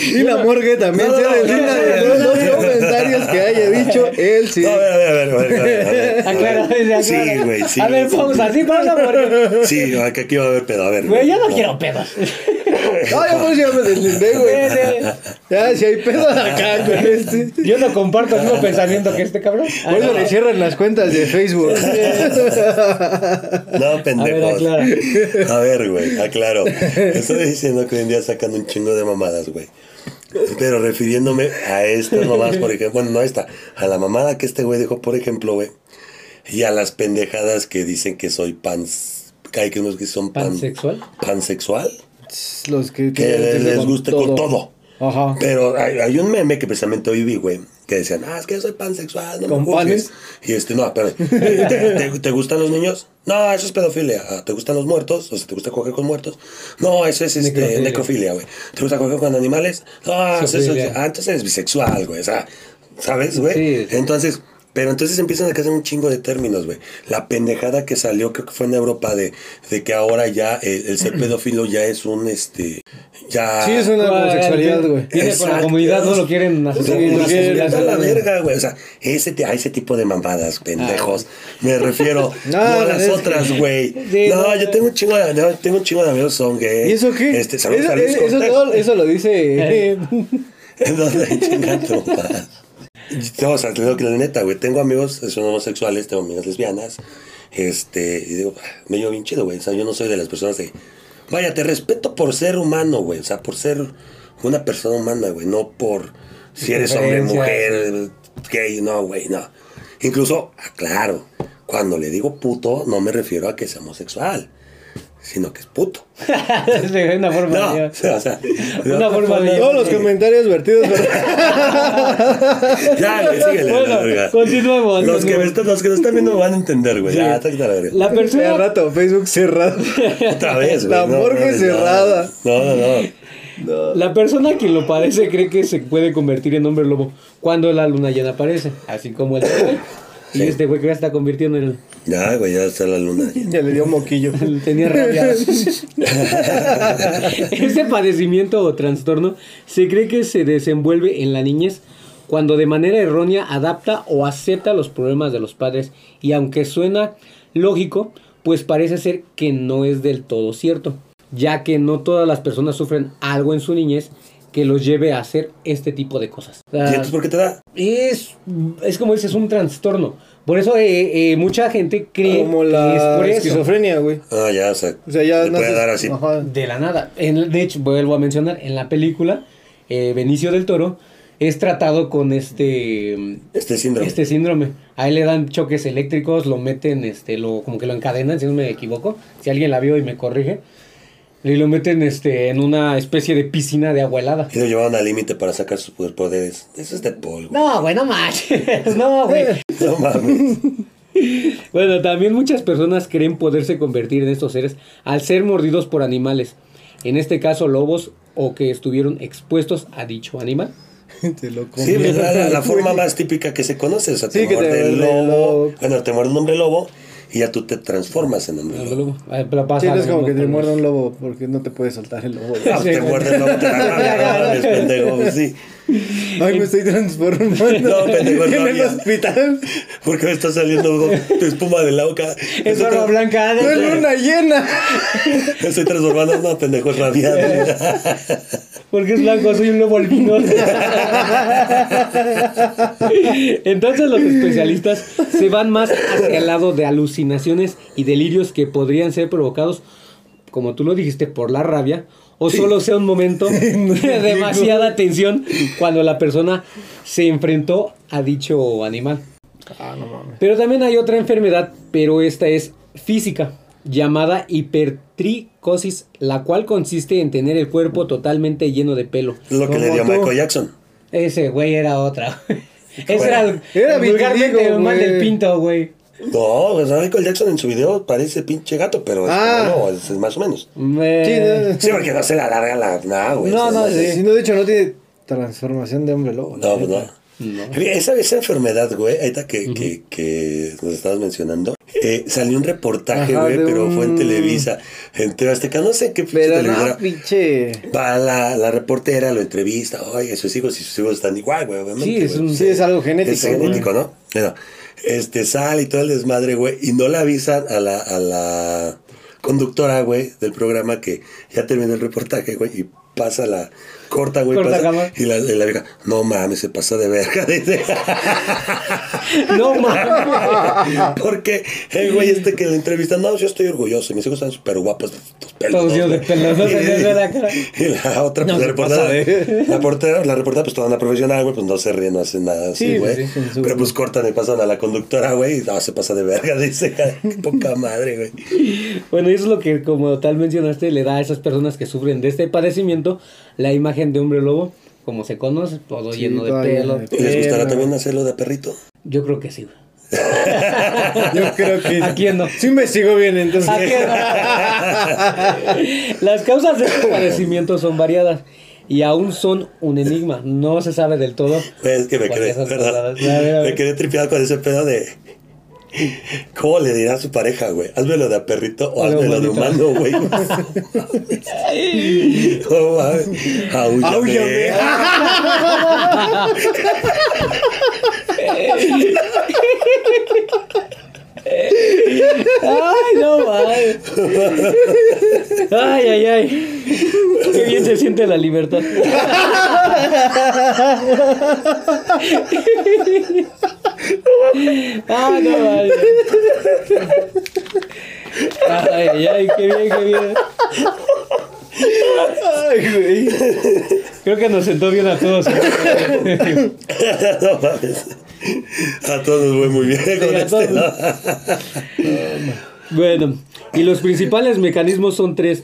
Speaker 3: Y la morgue también
Speaker 1: No, no,
Speaker 3: se
Speaker 1: no,
Speaker 3: deslinda
Speaker 1: no,
Speaker 3: de
Speaker 1: no,
Speaker 3: todos
Speaker 1: no, no,
Speaker 3: los
Speaker 1: no.
Speaker 3: comentarios que haya dicho él, sí.
Speaker 1: No, a ver, a ver, a ver, a ver, a ver, a ver.
Speaker 2: Aclara, aclara.
Speaker 1: Sí, güey, sí.
Speaker 2: A ver,
Speaker 1: güey,
Speaker 2: pausa, sí, pausa, porque.
Speaker 1: Sí, que aquí va a haber pedo, a ver.
Speaker 2: Güey, yo no
Speaker 1: No.
Speaker 2: quiero pedos.
Speaker 3: No, yo pues ya me deslindé, güey. Ya, si hay pedo acá con este.
Speaker 2: Yo no comparto el mismo pensamiento que este cabrón.
Speaker 3: Por eso le cierran las cuentas de Facebook.
Speaker 1: No, pendejos.
Speaker 2: A ver,
Speaker 1: A ver, güey, aclaro. Estoy diciendo que hoy en día sacan un chingo de mamadas, güey. Pero refiriéndome a estas mamadas, por ejemplo. Bueno, no a esta. A la mamada que este güey dejó, por ejemplo, güey. Y a las pendejadas que dicen que soy pans. que Hay que unos que son pan-
Speaker 2: ¿Pansexual?
Speaker 1: Pansexual.
Speaker 3: Los que
Speaker 1: Que
Speaker 3: tienen
Speaker 1: les,
Speaker 3: que ver
Speaker 1: guste con todo.
Speaker 3: Ajá.
Speaker 1: Pero hay, hay un meme que precisamente hoy vi, güey, que decían, ah, es que yo soy pansexual, no
Speaker 3: ¿Con
Speaker 1: me juzgues".
Speaker 3: panes?
Speaker 1: Y este, no, espérame. ¿Te, te, te gustan los niños? No, eso es pedofilia. Ah, ¿Te gustan los muertos? O sea, ¿te gusta coger con muertos? No, eso es este, necrofilia,
Speaker 2: Necrofilia.
Speaker 1: güey. ¿Te gusta coger con animales? No, ah, eso es-
Speaker 2: Zoofilia.
Speaker 1: ah, entonces eres bisexual, güey. O sea, ¿sabes, güey?
Speaker 2: Sí.
Speaker 1: Entonces... Pero entonces empiezan a hacer un chingo de términos, güey. La pendejada que salió, creo que fue en Europa, de, de que ahora ya el, el ser pedófilo ya es un, este, ya...
Speaker 3: Sí, es una homosexualidad, güey.
Speaker 2: Viene con la
Speaker 1: Exacto.
Speaker 2: comunidad, no lo quieren
Speaker 1: Sí,
Speaker 2: hacer.
Speaker 3: Sí,
Speaker 1: porque
Speaker 3: sí,
Speaker 1: está
Speaker 3: sí,
Speaker 1: la
Speaker 3: sí.
Speaker 1: verga, güey. O sea, ese te- a ese tipo de mamadas, pendejos.
Speaker 2: Ah.
Speaker 1: Me refiero no,
Speaker 3: No,
Speaker 1: a las
Speaker 3: es que-
Speaker 1: otras, güey.
Speaker 2: Sí,
Speaker 1: no,
Speaker 2: no,
Speaker 1: yo
Speaker 2: no.
Speaker 1: tengo un chingo de, no, tengo un chingo de amigos son gay.
Speaker 3: ¿Y eso qué?
Speaker 1: Este, saludos
Speaker 3: eso,
Speaker 1: a Luis
Speaker 3: eso- eso
Speaker 1: Cortés.
Speaker 3: todo- eso lo dice.
Speaker 2: Eh.
Speaker 3: eh,
Speaker 1: ¿Dónde chinga tu madre? No, o sea, te digo que la neta, güey. Tengo amigos que son homosexuales, tengo amigas lesbianas. Este, y digo, "Ah, me llevo bien chido, güey. O sea, yo no soy de las personas de. Vaya, te respeto por ser humano, güey. O sea, por ser una persona humana, güey. No por si eres hombre,
Speaker 2: Preferencias.
Speaker 1: mujer, gay, no, güey, no. Incluso, aclaro, cuando le digo puto, no me refiero a que sea homosexual, sino que es puto.
Speaker 2: De una forma.
Speaker 1: No,
Speaker 2: ya.
Speaker 1: o sea, o sea, de
Speaker 2: Una
Speaker 1: otra
Speaker 2: forma de-
Speaker 3: Todos los
Speaker 1: güey.
Speaker 3: comentarios vertidos. güey.
Speaker 1: Ya, güey, síguele.
Speaker 2: Bueno,
Speaker 1: la verga.
Speaker 2: continuemos,
Speaker 1: Los que, me
Speaker 2: continuemos.
Speaker 1: están, los que nos están viendo me van a entender, güey. Ya, sáquete a la verga.
Speaker 2: La
Speaker 3: Al
Speaker 2: persona.
Speaker 3: rato, Facebook cerrado.
Speaker 1: Otra vez, güey.
Speaker 3: la morgue
Speaker 1: mames,
Speaker 3: cerrada.
Speaker 1: No, no, no.
Speaker 2: La persona que lo padece cree que se puede convertir en hombre lobo cuando la luna llena aparece, así como el de hoy.
Speaker 1: Sí.
Speaker 2: Y este güey que ya está convirtiendo en
Speaker 1: Ya, güey, ya está la luna.
Speaker 3: Ya le dio moquillo.
Speaker 2: el. Tenía rabia. este padecimiento o trastorno se cree que se desenvuelve en la niñez cuando de manera errónea adapta o acepta los problemas de los padres. Y aunque suena lógico, pues parece ser que no es del todo cierto, ya que no todas las personas sufren algo en su niñez que los lleve a hacer este tipo de cosas. O
Speaker 1: ¿Y
Speaker 2: sea,
Speaker 1: entonces por qué te da?
Speaker 2: es, es como dices, un trastorno. Por eso eh, eh, mucha gente cree
Speaker 3: Como
Speaker 2: que es
Speaker 3: la
Speaker 2: por eso.
Speaker 3: esquizofrenia, güey.
Speaker 1: Ah, ya, o sea.
Speaker 3: O sea, ya
Speaker 1: Te puede
Speaker 3: naces-
Speaker 1: dar así.
Speaker 3: Ajá.
Speaker 2: De la nada. En- de hecho, vuelvo a mencionar, en la película, eh, Benicio del Toro es tratado con este, mm,
Speaker 1: Este síndrome.
Speaker 2: este síndrome. A él le dan choques eléctricos, lo meten, este, lo, como que lo encadenan, si no me equivoco. Si alguien la vio y me corrige. Y lo meten este, en una especie de piscina de agua helada.
Speaker 1: Y lo llevaron al límite para sacar sus poderes. Eso es de Paul, güey.
Speaker 2: No, güey, no manches. No, güey.
Speaker 1: No mames.
Speaker 2: Bueno, también muchas personas creen poderse convertir en estos seres al ser mordidos por animales, en este caso lobos o que estuvieron expuestos a dicho animal.
Speaker 3: Te lo
Speaker 1: Sí,
Speaker 3: comí.
Speaker 1: pues, la, la forma más típica que se conoce. O sea, te
Speaker 3: Sí, que te
Speaker 1: muerde el
Speaker 3: muerde el
Speaker 1: lobo.
Speaker 3: lobo.
Speaker 1: Bueno, te muerde un hombre lobo. y ya tú te transformas en un lobo.
Speaker 2: La pasa,
Speaker 3: Sí, no es como que te
Speaker 2: con-
Speaker 3: muerde un lobo porque no te puede soltar el lobo.
Speaker 1: Ah, te muerde el lobo, te agarra, es pendejo, pues sí.
Speaker 3: Ay, me estoy transformando
Speaker 1: No, pendejo, no
Speaker 3: en el
Speaker 1: había.
Speaker 3: hospital.
Speaker 1: Porque me está saliendo tu espuma de la boca.
Speaker 2: Es barba blanca.
Speaker 3: No es luna llena.
Speaker 1: Me estoy transformando en una pendejo rabiada.
Speaker 2: Porque es blanco, soy un lobo albino. Entonces los especialistas se van más hacia el lado de alucinaciones y delirios que podrían ser provocados, como tú lo dijiste, por la rabia o solo sea un momento de demasiada tensión cuando la persona se enfrentó a dicho animal.
Speaker 3: Ah, no mames.
Speaker 2: Pero también hay otra enfermedad, pero esta es física, llamada hipertricosis, la cual consiste en tener el cuerpo totalmente lleno de pelo.
Speaker 1: Lo que le dio
Speaker 3: Como tú.
Speaker 1: Michael Jackson.
Speaker 2: Ese güey era otra. Ese
Speaker 1: Bueno,
Speaker 2: era el,
Speaker 3: era
Speaker 2: el vulgarmente
Speaker 3: vitiligo,
Speaker 2: el mal del
Speaker 3: güey.
Speaker 2: pinto, güey.
Speaker 1: No, pues Michael Jackson en su video parece pinche gato, pero es,
Speaker 3: Ah.
Speaker 1: no, es, es más o menos.
Speaker 2: Eh, Me-
Speaker 1: Sí, porque no se la larga la. nada, güey.
Speaker 3: No,
Speaker 1: Es
Speaker 3: no,
Speaker 1: más-
Speaker 3: sí. Si no, de hecho, no tiene transformación de hombre lobo.
Speaker 1: No, pues no.
Speaker 2: No.
Speaker 1: Esa, esa enfermedad, güey, ahorita que, que, que nos estabas mencionando, eh, salió un reportaje,
Speaker 3: Ajá,
Speaker 1: güey,
Speaker 3: de
Speaker 1: pero fue en
Speaker 3: un-
Speaker 1: Televisa, en TV Azteca, no sé en qué pinche
Speaker 3: Pero
Speaker 1: televisora.
Speaker 3: no, pinche.
Speaker 1: Va la, la reportera, lo entrevista, oye, sus hijos y sus hijos están igual, güey, obviamente.
Speaker 2: Sí, es
Speaker 1: güey.
Speaker 2: un-
Speaker 3: Sí, es algo genético.
Speaker 1: Es genético, ¿no? Bueno, este, sale y todo el desmadre, güey, y no le avisan a la, a la conductora, güey, del programa que ya terminó el reportaje, güey, y pasa la corta, güey,
Speaker 2: Corta
Speaker 1: pasa,
Speaker 2: cámara.
Speaker 1: y la, y la vieja, no mames, se pasa de verga, dice,
Speaker 2: No mames.
Speaker 1: porque el güey este que la entrevista, no, yo estoy orgulloso, mis hijos están súper guapos, tus pelos,
Speaker 2: Todos
Speaker 1: ¿no, güey?"
Speaker 2: llenos de pelos, no se les ve la cara.
Speaker 1: Y la otra,
Speaker 2: No
Speaker 1: pues, la
Speaker 2: se
Speaker 1: reportera,
Speaker 2: pasa ¿eh? de-
Speaker 1: la portera, la reportera, pues toda una profesional, güey, pues no se ríe, no hace nada así,
Speaker 3: Sí,
Speaker 1: güey.
Speaker 3: pues, sí, con su-
Speaker 1: Pero pues cortan y pasan a la conductora, güey, y no, se pasa de verga, dice, qué poca madre, güey.
Speaker 2: Bueno, y eso es lo que, como tal mencionaste, le da a esas personas que sufren de este padecimiento la imagen de hombre lobo, como se conoce, todo
Speaker 3: Sí,
Speaker 2: lleno de
Speaker 3: todo
Speaker 2: pelo.
Speaker 3: lleno de
Speaker 1: ¿Y les gustará
Speaker 3: Perro.
Speaker 1: también hacerlo de perrito?
Speaker 2: Yo creo que sí, güey.
Speaker 3: Yo creo que.
Speaker 2: ¿A quién no?
Speaker 3: Sí, investigo bien, entonces.
Speaker 2: ¿A quién no? Las causas de este padecimiento son variadas y aún son un enigma. No se sabe del todo.
Speaker 1: Güey, Pues Es que me
Speaker 2: Por
Speaker 1: quedé,
Speaker 2: esas
Speaker 1: ¿verdad?
Speaker 2: cosas. A ver, a ver.
Speaker 1: Me quedé tripeado con ese pedo de... ¿Cómo le dirá a su pareja, güey? Házmelo de perrito o
Speaker 2: Lo
Speaker 1: házmelo de
Speaker 2: bonito.
Speaker 1: humano, güey. No mames. Aúllame.
Speaker 3: Áullame.
Speaker 2: Ay, no mames. Ay, ay, ay. Qué bien se siente la libertad. Ay, Ah, no mames. Ay, ay, ay, qué bien, qué bien.
Speaker 3: Ay, güey.
Speaker 2: Creo que nos sentó bien a todos.
Speaker 1: no mames. A todos nos fue muy bien con
Speaker 2: a
Speaker 1: este,
Speaker 2: todos.
Speaker 1: ¿no?
Speaker 2: Bueno, y los principales mecanismos son tres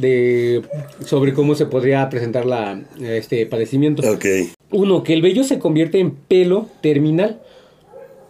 Speaker 2: de sobre cómo se podría presentar la, este padecimiento.
Speaker 1: Ok.
Speaker 2: Uno, que el vello se convierte en pelo terminal.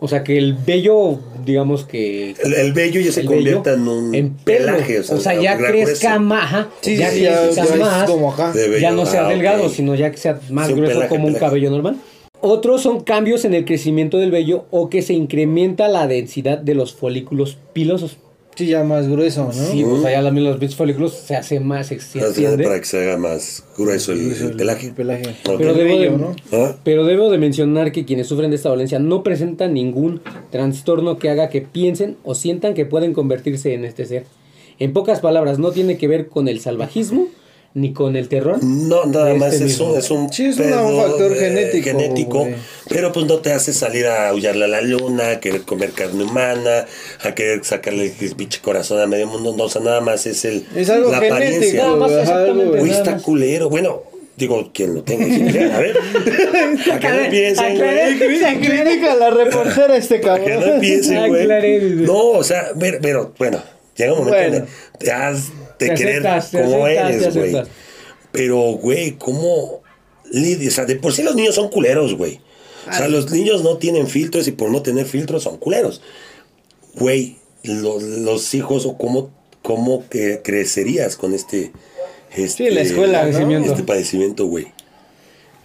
Speaker 2: O sea, que el vello, digamos que...
Speaker 1: El, el vello ya se
Speaker 2: el
Speaker 1: convierta
Speaker 2: vello
Speaker 1: en un
Speaker 2: pelo.
Speaker 1: pelaje.
Speaker 2: O sea, ya
Speaker 1: grueso.
Speaker 2: crezca más. ajá,
Speaker 3: Sí,
Speaker 2: ya
Speaker 3: sí, ya,
Speaker 2: crezca
Speaker 3: ya es
Speaker 2: más.
Speaker 3: como acá.
Speaker 1: De vello.
Speaker 2: Ya no sea
Speaker 1: Ah,
Speaker 2: delgado,
Speaker 1: ok.
Speaker 2: sino ya que sea más
Speaker 1: Sí, un
Speaker 2: grueso
Speaker 1: pelaje,
Speaker 2: como un
Speaker 1: pelaje.
Speaker 2: cabello normal. Otros son cambios en el crecimiento del vello o que se incrementa la densidad de los folículos pilosos.
Speaker 3: Sí, ya más grueso, ¿no?
Speaker 2: Sí, o sea, ya también los pinches folículos se hace más, se
Speaker 1: Más grande
Speaker 2: extiende.
Speaker 1: para que se haga más grueso el, el pelaje.
Speaker 3: El pelaje.
Speaker 1: Ok.
Speaker 2: Pero debo, de,
Speaker 3: Vello, ¿no?
Speaker 1: Ah,
Speaker 2: pero debo de mencionar que quienes sufren de esta dolencia no presentan ningún trastorno que haga que piensen o sientan que pueden convertirse en este ser. En pocas palabras, no tiene que ver con el salvajismo ni con el terror.
Speaker 1: No, nada
Speaker 2: De
Speaker 1: más
Speaker 2: este
Speaker 1: es un,
Speaker 2: mismo.
Speaker 1: es un
Speaker 3: Sí, es una-
Speaker 1: pedo,
Speaker 3: un factor
Speaker 1: eh,
Speaker 3: genético,
Speaker 1: genético,
Speaker 3: güey.
Speaker 1: pero pues no te hace salir a aullarle a la luna, a querer comer carne humana, a querer sacarle el pinche corazón a medio mundo. No, o sea, nada más es el
Speaker 3: Es algo
Speaker 1: la
Speaker 3: genético.
Speaker 1: apariencia.
Speaker 2: Nada más
Speaker 3: güey, ajá,
Speaker 2: exactamente,
Speaker 3: güey.
Speaker 1: Uy,
Speaker 2: nada
Speaker 1: está
Speaker 2: más.
Speaker 1: culero. Bueno, digo, quien lo tenga, quien quiera, a ver. Para que no empiecen, güey.
Speaker 3: Crítica a la reportera este
Speaker 1: Que no
Speaker 3: cabrón.
Speaker 1: empiecen,
Speaker 2: Ah,
Speaker 1: güey.
Speaker 2: claro, güey.
Speaker 1: No, o sea, pero, pero, bueno, llega un momento
Speaker 3: Bueno.
Speaker 1: donde te has de
Speaker 2: Te
Speaker 1: querer
Speaker 2: aceptas, te
Speaker 1: como
Speaker 2: aceptas, te
Speaker 1: eres, güey.
Speaker 2: aceptas.
Speaker 1: Pero, güey, ¿cómo lidias? O sea, de por sí los niños son culeros, güey. O sea, los niños no tienen filtros y por no tener filtros son culeros. Güey, lo- los hijos o cómo, cómo que crecerías con este... este
Speaker 3: Sí, la escuela, ¿no?
Speaker 2: Padecimiento.
Speaker 1: Este padecimiento, güey.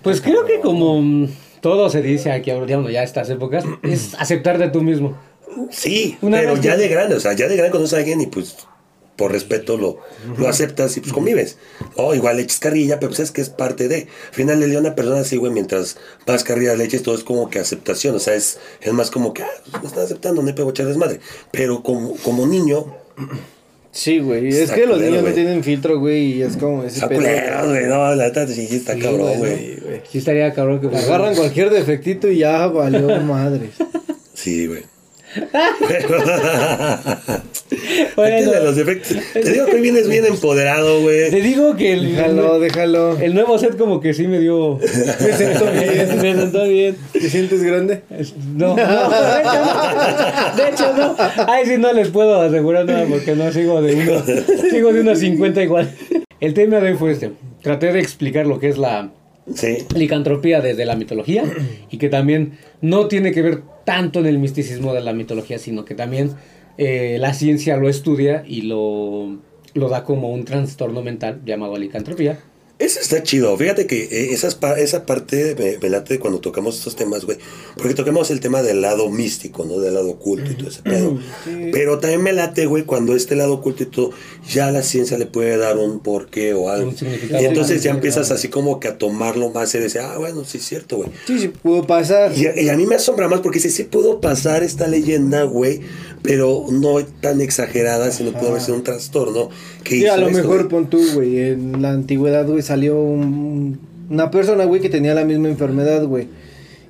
Speaker 2: Pues creo que como mm, todo se dice aquí ahora ya en estas épocas, es aceptarte tú mismo.
Speaker 1: Sí,
Speaker 2: Una
Speaker 1: pero
Speaker 2: vez
Speaker 1: ya
Speaker 2: que-
Speaker 1: de grande, o sea, ya de grande conoces a alguien y pues por respeto lo, lo aceptas y pues convives. O igual le echas carrilla, pero pues es que es parte de. Al final le dio a una persona así, güey, mientras más carrilla le eches, todo es como que aceptación. O sea, es, es más como que, ah, pues, me están aceptando, no hay pego echar desmadre. Pero como, como niño,
Speaker 3: Sí, güey. Es
Speaker 1: Está
Speaker 3: que los
Speaker 1: culero,
Speaker 3: niños
Speaker 1: güey.
Speaker 3: no tienen filtro, güey. Y es como ese
Speaker 1: está culero, güey, no, la neta, sí, está
Speaker 3: Sí,
Speaker 1: cabrón, güey.
Speaker 3: güey.
Speaker 2: Sí estaría cabrón que
Speaker 3: Agarran cualquier defectito y ya valió madres.
Speaker 1: Sí, güey. Métele los defectos. Te digo que hoy vienes bien empoderado, güey.
Speaker 2: Te digo que el,
Speaker 3: Déjalo, déjalo.
Speaker 2: el nuevo set como que sí me dio... Me
Speaker 3: sentó bien.
Speaker 2: Me sentó bien.
Speaker 3: ¿Te sientes grande?
Speaker 2: Es- No, no, de hecho no. De hecho no. Ay, sí, no les puedo asegurar nada porque no sigo de uno. Sigo de unos 50 igual. El tema de hoy fue este. Traté de explicar lo que es la
Speaker 1: Sí.
Speaker 2: licantropía desde la mitología y que también no tiene que ver tanto en el misticismo de la mitología, sino que también eh, la ciencia lo estudia y lo, lo da como un trastorno mental llamado licantropía.
Speaker 1: Eso está chido. Fíjate que eh, esas pa- esa parte me, me late cuando tocamos estos temas, güey. Porque tocamos el tema del lado místico, ¿no? Del lado oculto y todo ese pedo. Pero también me late, güey, cuando este lado oculto y todo, ya la ciencia le puede dar un porqué o algo.
Speaker 2: Un significado.
Speaker 1: y entonces
Speaker 2: Sí,
Speaker 1: ya
Speaker 2: sí,
Speaker 1: empiezas
Speaker 2: claro.
Speaker 1: así como que a tomarlo más en ese, ah, bueno, sí es cierto, güey.
Speaker 3: Sí, sí, pudo pasar.
Speaker 1: Y, a- y a mí me asombra más porque sí, sí pudo pasar esta leyenda, güey, pero no tan exagerada, sino pudo haber sido un trastorno. Que
Speaker 3: Sí, a
Speaker 1: hizo
Speaker 3: lo
Speaker 1: esto,
Speaker 3: mejor
Speaker 1: güey.
Speaker 3: pon tú, güey. En la antigüedad, güey, salió un- una persona, güey, que tenía la misma enfermedad, güey.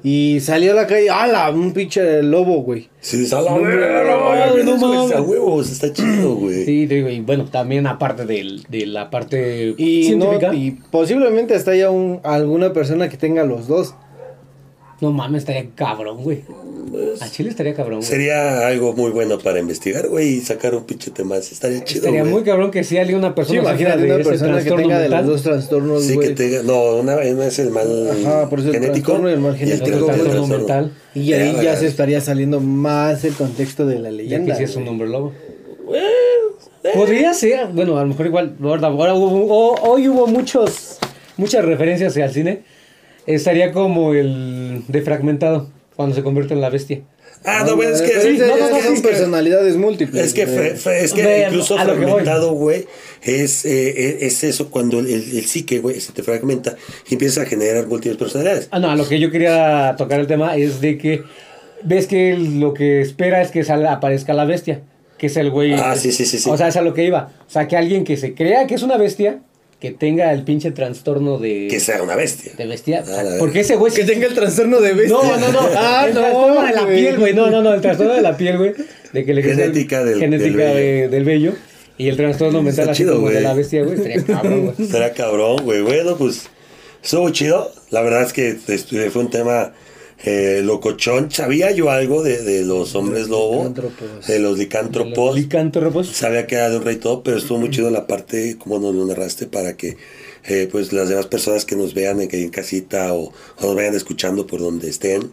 Speaker 3: Y salió a la calle, ¡ala! Un pinche lobo, güey.
Speaker 1: Sí, es a la
Speaker 2: No
Speaker 1: verga,
Speaker 2: mames,
Speaker 1: güey,
Speaker 2: no
Speaker 1: güey,
Speaker 2: mames.
Speaker 1: a huevos, está chido, güey.
Speaker 2: Sí, te digo, y bueno, también aparte del- de la parte
Speaker 3: Y, no,
Speaker 2: científica.
Speaker 3: y posiblemente hasta haya un, alguna persona que tenga los dos.
Speaker 2: No mames, estaría cabrón, güey. A Chile estaría cabrón, güey.
Speaker 1: Sería algo muy bueno para investigar, güey, y sacar un pinche tema. así, Estaría chido,
Speaker 2: estaría
Speaker 1: güey.
Speaker 2: muy cabrón que si alguien, una
Speaker 3: Sí,
Speaker 2: persona, sufra
Speaker 3: imagínate
Speaker 2: de
Speaker 3: una
Speaker 2: ese
Speaker 3: persona que
Speaker 2: trastorno
Speaker 3: tenga de
Speaker 2: mental.
Speaker 3: los dos trastornos,
Speaker 1: Sí,
Speaker 3: güey.
Speaker 1: que te... No, una, una es el mal
Speaker 3: Ajá, por eso el
Speaker 1: genético.
Speaker 3: trastorno y el mal
Speaker 1: el
Speaker 3: genético,
Speaker 1: otro
Speaker 3: güey.
Speaker 1: es el
Speaker 2: Trastorno
Speaker 1: trastorno.
Speaker 2: mental.
Speaker 3: Y ahí
Speaker 1: Verga.
Speaker 3: ya se estaría saliendo más el contexto de la
Speaker 2: Ya
Speaker 3: leyenda.
Speaker 2: que si es un
Speaker 3: güey.
Speaker 2: hombre lobo. Podría ser, bueno, a lo mejor igual, ahora, ahora hubo- ho- hoy hubo muchos, muchas referencias al cine. Estaría como el defragmentado cuando se convierte en la bestia.
Speaker 1: Ah, no, güey, es que...
Speaker 3: Pero
Speaker 2: Sí,
Speaker 3: es-
Speaker 2: no, no,
Speaker 3: es
Speaker 2: no,
Speaker 3: que son
Speaker 2: es que-
Speaker 3: personalidades múltiples.
Speaker 1: Es que,
Speaker 3: güey.
Speaker 1: fe- fe- es que
Speaker 2: Ve,
Speaker 1: incluso
Speaker 2: a lo que voy.
Speaker 1: fragmentado, güey, es, eh, e- es eso cuando el, el- el psique, güey, se te fragmenta y empieza a generar múltiples personalidades.
Speaker 2: Ah, no, a lo que yo quería tocar el tema es de que ves que el- lo que espera es que salga, aparezca la bestia, que es el güey.
Speaker 1: Ah, sí, sí, sí, sí.
Speaker 2: O sea, es a lo que iba. O sea, que alguien que se crea que es una bestia, que tenga el pinche trastorno de,
Speaker 1: Que sea una bestia.
Speaker 2: de bestia.
Speaker 1: Ah, la verga.
Speaker 2: porque ese güey.
Speaker 3: Que tenga el trastorno de bestia.
Speaker 2: No, no, no.
Speaker 3: Ah,
Speaker 2: el
Speaker 3: no,
Speaker 2: trastorno de la
Speaker 3: güey.
Speaker 2: piel, güey. No, no, no. El trastorno de la piel, güey. De que le crezca el-
Speaker 1: Genética del-
Speaker 2: genética
Speaker 1: del vello.
Speaker 2: de- del vello. Y el trastorno mental así
Speaker 1: chido,
Speaker 2: como de
Speaker 1: güey.
Speaker 2: la bestia, güey. Estaría cabrón, güey.
Speaker 1: Será cabrón, güey. Bueno, pues estuvo chido. La verdad es que este, fue un tema eh, locochón. Sabía yo algo de, de los hombres lobo,
Speaker 3: licántropos.
Speaker 1: de los licántropos.
Speaker 2: Licántropos.
Speaker 1: Sabía que era de un rey todo, pero estuvo muy chido la parte, como nos lo narraste, para que eh, pues las demás personas que nos vean en, en casita o, o nos vayan escuchando por donde estén.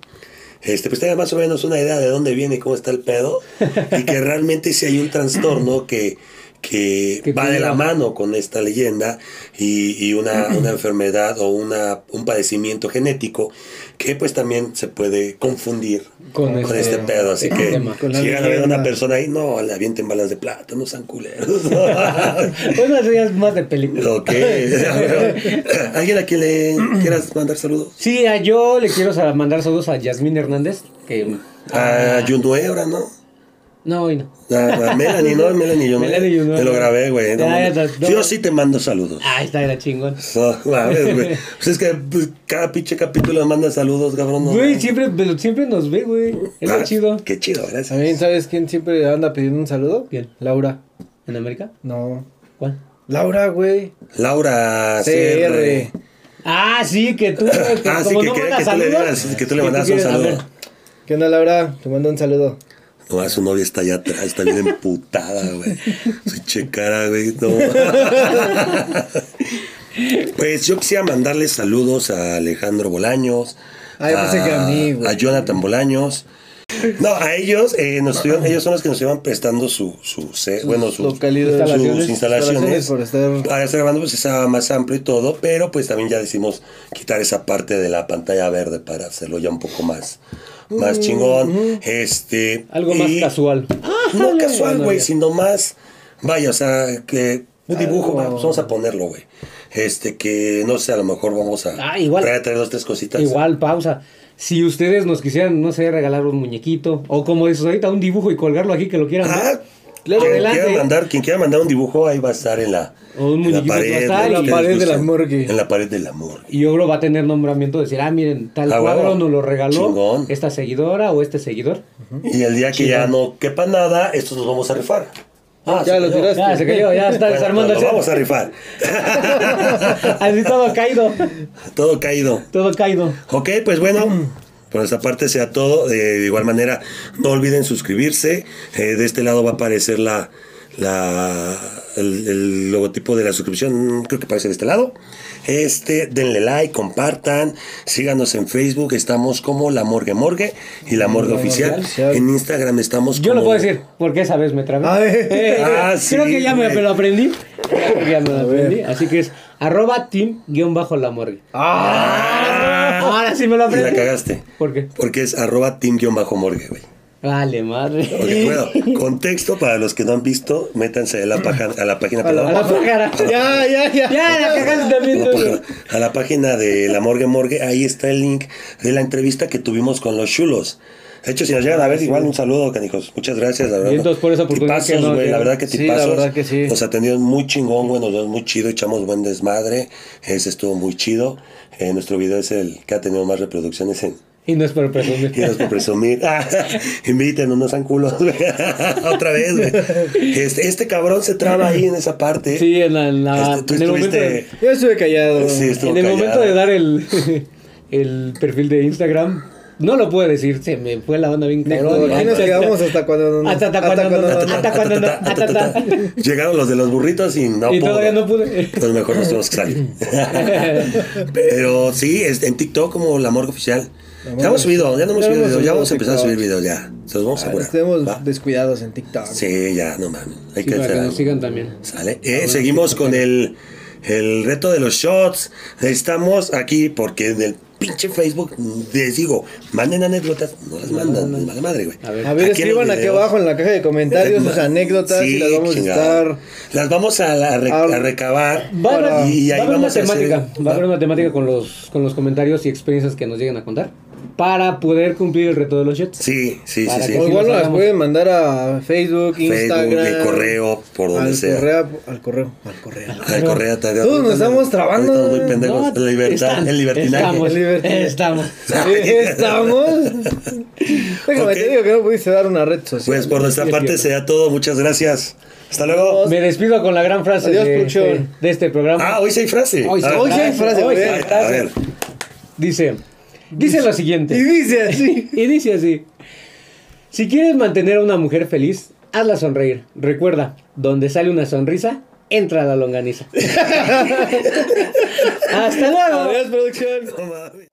Speaker 1: Este, pues tengan más o menos una idea de dónde viene y cómo está el pedo. Y que realmente si hay un trastorno que, que
Speaker 2: Que
Speaker 1: va de
Speaker 2: tiene
Speaker 1: la
Speaker 2: la-
Speaker 1: mano con esta leyenda y, y una, una enfermedad o una, un padecimiento genético que pues también se puede confundir
Speaker 2: Con
Speaker 1: con,
Speaker 2: este-
Speaker 1: este, pedo. Así
Speaker 2: este
Speaker 1: que
Speaker 2: tema.
Speaker 3: Con la
Speaker 1: si llegan a ver a una
Speaker 3: leyenda.
Speaker 1: persona ahí, no, le avienten balas de plata, no sean culeros.
Speaker 2: Bueno, eso ya es más de película.
Speaker 1: Lo que es. ¿Alguien a quien le quieras mandar saludos?
Speaker 2: Sí, a- yo le quiero sa- mandar saludos a Yasmín Hernández, que... Ah.
Speaker 1: A Yunue ahora, ¿no?
Speaker 2: No, hoy no.
Speaker 1: A, a Melanie, ¿no? Melanie Yunue.
Speaker 2: Melanie Yunue.
Speaker 1: Te lo grabé, güey. no
Speaker 2: Ya,
Speaker 1: mames.
Speaker 2: ya, no.
Speaker 1: Yo sí te mando saludos.
Speaker 2: Ah, está era chingón.
Speaker 1: No mames, güey. Pues es que pues, cada pinche capítulo manda saludos, cabrón. no
Speaker 2: Güey,
Speaker 1: mames.
Speaker 2: siempre, pero siempre nos ve, güey. Es lo
Speaker 1: Ah,
Speaker 2: chido.
Speaker 1: Qué chido, gracias.
Speaker 3: También, ¿sabes quién siempre anda pidiendo un saludo?
Speaker 2: ¿Quién?
Speaker 3: Laura.
Speaker 2: ¿En América?
Speaker 3: No.
Speaker 2: ¿Cuál?
Speaker 3: Laura, güey.
Speaker 1: Laura CR.
Speaker 3: CR.
Speaker 2: Ah, sí, que tú... Que
Speaker 1: Ah, sí,
Speaker 2: como
Speaker 1: que
Speaker 2: no
Speaker 1: quería que tú
Speaker 2: mandas
Speaker 1: le
Speaker 2: saludos,
Speaker 1: dieras- que tú le
Speaker 2: que
Speaker 1: mandas un
Speaker 2: quieres- a
Speaker 1: saludo.
Speaker 2: ver,
Speaker 3: ¿Qué onda, Laura? Te mando un saludo.
Speaker 1: No, su novia está allá atrás, está bien emputada, güey. Su checara, güey. no. Pues yo quisiera mandarles saludos a Alejandro Bolaños.
Speaker 3: Ah, yo pensé que a mí, güey.
Speaker 1: a Jonathan Bolaños. No, a ellos, eh, nos estuvieron- ellos son los que nos iban prestando su, su, se- bueno, sus,
Speaker 3: localidades,
Speaker 1: sus
Speaker 3: instalaciones.
Speaker 1: instalaciones.
Speaker 3: Instalaciones por estar-
Speaker 1: Ahora está grabando, pues está más amplio y todo, pero pues también ya decimos quitar esa parte de la pantalla verde para hacerlo ya un poco más, más chingón. Este.
Speaker 2: Mm, Algo más
Speaker 1: y-
Speaker 2: casual.
Speaker 1: No
Speaker 2: Ájale.
Speaker 1: casual,
Speaker 2: Bueno,
Speaker 1: güey,
Speaker 2: ya.
Speaker 1: sino más. Vaya, o sea, que. Un dibujo,
Speaker 3: Algo-
Speaker 1: va, pues vamos a ponerlo, güey. Este, que no sé, a lo mejor vamos a.
Speaker 2: Ah, igual.
Speaker 1: Traer, traer dos, tres cositas.
Speaker 2: Igual, pausa. Si ustedes nos quisieran, no sé, regalar un muñequito o como dices ahorita, un dibujo y colgarlo aquí que lo quieran. ver.
Speaker 1: Ah,
Speaker 2: Claro,
Speaker 1: quien,
Speaker 2: adelante.
Speaker 1: quiera mandar, quien quiera mandar un dibujo, ahí va a estar en la,
Speaker 2: O un
Speaker 1: en la
Speaker 2: muñequito que va a
Speaker 1: pared. lo
Speaker 2: estar y-
Speaker 1: que
Speaker 2: la
Speaker 1: les
Speaker 3: pared de la
Speaker 1: guste.
Speaker 3: morgue.
Speaker 1: En la pared de la morgue.
Speaker 2: Y Ogro va a tener nombramiento de decir, ah, miren, tal
Speaker 1: Ah,
Speaker 2: cuadro
Speaker 1: huevo.
Speaker 2: nos lo regaló
Speaker 1: Chingón.
Speaker 2: esta seguidora o este seguidor.
Speaker 1: Y el día que ya no quepa nada, estos los vamos a rifar. Ah,
Speaker 3: Ya
Speaker 1: se
Speaker 3: lo
Speaker 1: cayó.
Speaker 3: tiraste.
Speaker 2: Ya se cayó, ya
Speaker 1: Bueno,
Speaker 2: está
Speaker 1: pues
Speaker 2: desarmando el
Speaker 1: lo vamos a rifar.
Speaker 2: Así todo caído,
Speaker 1: Todo caído.
Speaker 2: todo caído.
Speaker 1: Ok, pues bueno, por esta parte sea todo. Eh, de igual manera, no olviden suscribirse. Eh, de este lado va a aparecer la, la el, el logotipo de la suscripción. Creo que aparece de este lado. Este, denle like, compartan, síganos en Facebook. Estamos como La Morgue Morgue y La Morgue
Speaker 3: La Morgue
Speaker 1: Oficial.
Speaker 3: Oficial.
Speaker 1: En Instagram estamos
Speaker 2: Yo lo
Speaker 1: como-
Speaker 2: puedo decir, porque esa vez me trabé. Eh,
Speaker 3: A ver.
Speaker 1: Ah,
Speaker 2: creo
Speaker 1: sí,
Speaker 2: que ya me
Speaker 1: güey.
Speaker 2: lo aprendí. Creo que ya me lo aprendí. Así que es arroba team-la morgue.
Speaker 3: Ah,
Speaker 2: Ahora sí
Speaker 1: Y Ah.
Speaker 2: me lo
Speaker 1: la
Speaker 2: aprendí.
Speaker 1: cagaste.
Speaker 2: ¿Por qué?
Speaker 1: Porque es arroba team-morgue, güey.
Speaker 2: Vale, madre.
Speaker 1: Porque, bueno, contexto para los que no han visto, métanse a la, paja- a la página.
Speaker 3: A la
Speaker 1: perdón.
Speaker 2: A la pájara.
Speaker 3: Ya, ya, ya.
Speaker 2: Ya, la cagaste también tú. güey.
Speaker 1: a la página de La Morgue Morgue, ahí está el link de la entrevista que tuvimos con los chulos. De hecho, si nos llegan a ver, igual un saludo, canijos. Muchas gracias, la verdad.
Speaker 2: Ah, Y entonces, por esa oportunidad que
Speaker 1: Tipazos,
Speaker 2: no
Speaker 1: güey, la
Speaker 2: llegan.
Speaker 1: verdad que
Speaker 3: Sí,
Speaker 1: tipazos.
Speaker 3: la verdad que sí.
Speaker 1: Nos atendieron muy chingón, güey, nos dio muy chido, echamos buen desmadre. Ese estuvo muy chido. Eh, nuestro video es el que ha tenido más reproducciones en,
Speaker 2: Y no es por presumir.
Speaker 1: y no es por presumir. Ah, invítenos, no sean culos. güey. Otra vez, güey. Este, este cabrón se traba ahí en esa parte.
Speaker 2: Sí, en, la- en
Speaker 1: ¿Eh?
Speaker 2: la-
Speaker 1: Este, tú
Speaker 2: en el momento de,
Speaker 1: estuviste-
Speaker 3: Yo estuve callado.
Speaker 1: Sí, estuvo
Speaker 2: en el
Speaker 1: callado.
Speaker 2: momento de dar el, el perfil de Instagram, no lo pude decir, se me fue la onda bien cabrón.
Speaker 3: Aquí nos quedamos hasta cuando no.
Speaker 2: Hasta- hasta cuando no- hasta cuando no-
Speaker 1: Ta, ta, ta, ta, ta. Llegaron los de los burritos y no
Speaker 2: Y
Speaker 1: pudo.
Speaker 2: todavía no pude.
Speaker 1: Entonces mejor nos tuvimos que salir. Pero sí, este, en TikTok como la morgue oficial. Ya hemos subido, ya no hemos
Speaker 3: Ya
Speaker 1: subido
Speaker 3: hemos
Speaker 1: videos, ya
Speaker 3: subido
Speaker 1: vamos a empezar a
Speaker 3: TikTok. Ah,
Speaker 1: subir videos ya. Se los vamos a asegurar. ¿va?
Speaker 3: Estemos descuidados en TikTok.
Speaker 1: Sí, ya, no mames. Hay que
Speaker 2: Sí, para
Speaker 1: hacer
Speaker 2: que nos
Speaker 1: algo.
Speaker 2: sigan también.
Speaker 1: Sale. Eh, seguimos con el, el reto de los shots. Estamos aquí porque del pinche Facebook les digo, manden anécdotas, no las mandan, les vale madre, güey.
Speaker 2: A ver.
Speaker 3: A ver,
Speaker 1: Aquí en los
Speaker 3: escriban aquí
Speaker 1: videos-
Speaker 3: abajo en la caja de comentarios sus
Speaker 1: Ma-
Speaker 3: anécdotas
Speaker 1: Sí,
Speaker 3: y las vamos
Speaker 1: chingada.
Speaker 3: a estar. Ah,
Speaker 1: Las vamos a, la- a re-
Speaker 3: Al-
Speaker 1: a recabar.
Speaker 2: Va a haber-
Speaker 1: y- y
Speaker 2: va a
Speaker 1: ahí
Speaker 2: haber una
Speaker 1: vamos a hacer-
Speaker 2: temática, va a haber una temática con los, con los comentarios y experiencias que nos lleguen a contar para poder cumplir el reto de los jets.
Speaker 1: Sí, sí, sí,
Speaker 2: Para
Speaker 1: sí.
Speaker 2: que-
Speaker 3: O
Speaker 2: Sí, nos
Speaker 3: igual nos las
Speaker 2: hagamos.
Speaker 3: pueden mandar a Facebook, Instagram.
Speaker 1: el correo, por donde
Speaker 3: al
Speaker 1: sea.
Speaker 3: Correo, al correo. Al correo.
Speaker 1: Al correo, te-
Speaker 3: Todos nos estamos trabando.
Speaker 1: Estamos muy pendejos.
Speaker 2: No,
Speaker 1: La libertad,
Speaker 2: están-
Speaker 1: el libertinaje.
Speaker 2: Estamos.
Speaker 3: El libertinaje.
Speaker 2: estamos.
Speaker 3: ¿Estamos? Déjame
Speaker 1: Ok.
Speaker 3: te digo que no pudiste dar una red social.
Speaker 1: Pues por nuestra
Speaker 2: Sí,
Speaker 1: parte
Speaker 2: cierto.
Speaker 1: será todo. Muchas gracias. Hasta luego.
Speaker 2: Me despido con la gran frase
Speaker 3: Adiós,
Speaker 2: de,
Speaker 3: producción.
Speaker 2: este, de este programa.
Speaker 1: Ah, hoy sí hay frase.
Speaker 2: Hoy sí
Speaker 1: A ver.
Speaker 3: hoy sí hay frase,
Speaker 2: hoy sí
Speaker 3: güey.
Speaker 2: hay
Speaker 1: A
Speaker 2: frase.
Speaker 1: ver.
Speaker 2: Dice, dice lo siguiente.
Speaker 3: Y dice así.
Speaker 2: Y dice así: Si quieres mantener a una mujer feliz, hazla sonreír. Recuerda, donde sale una sonrisa, entra la longaniza. Hasta luego.
Speaker 3: Adiós, producción.
Speaker 1: No mames.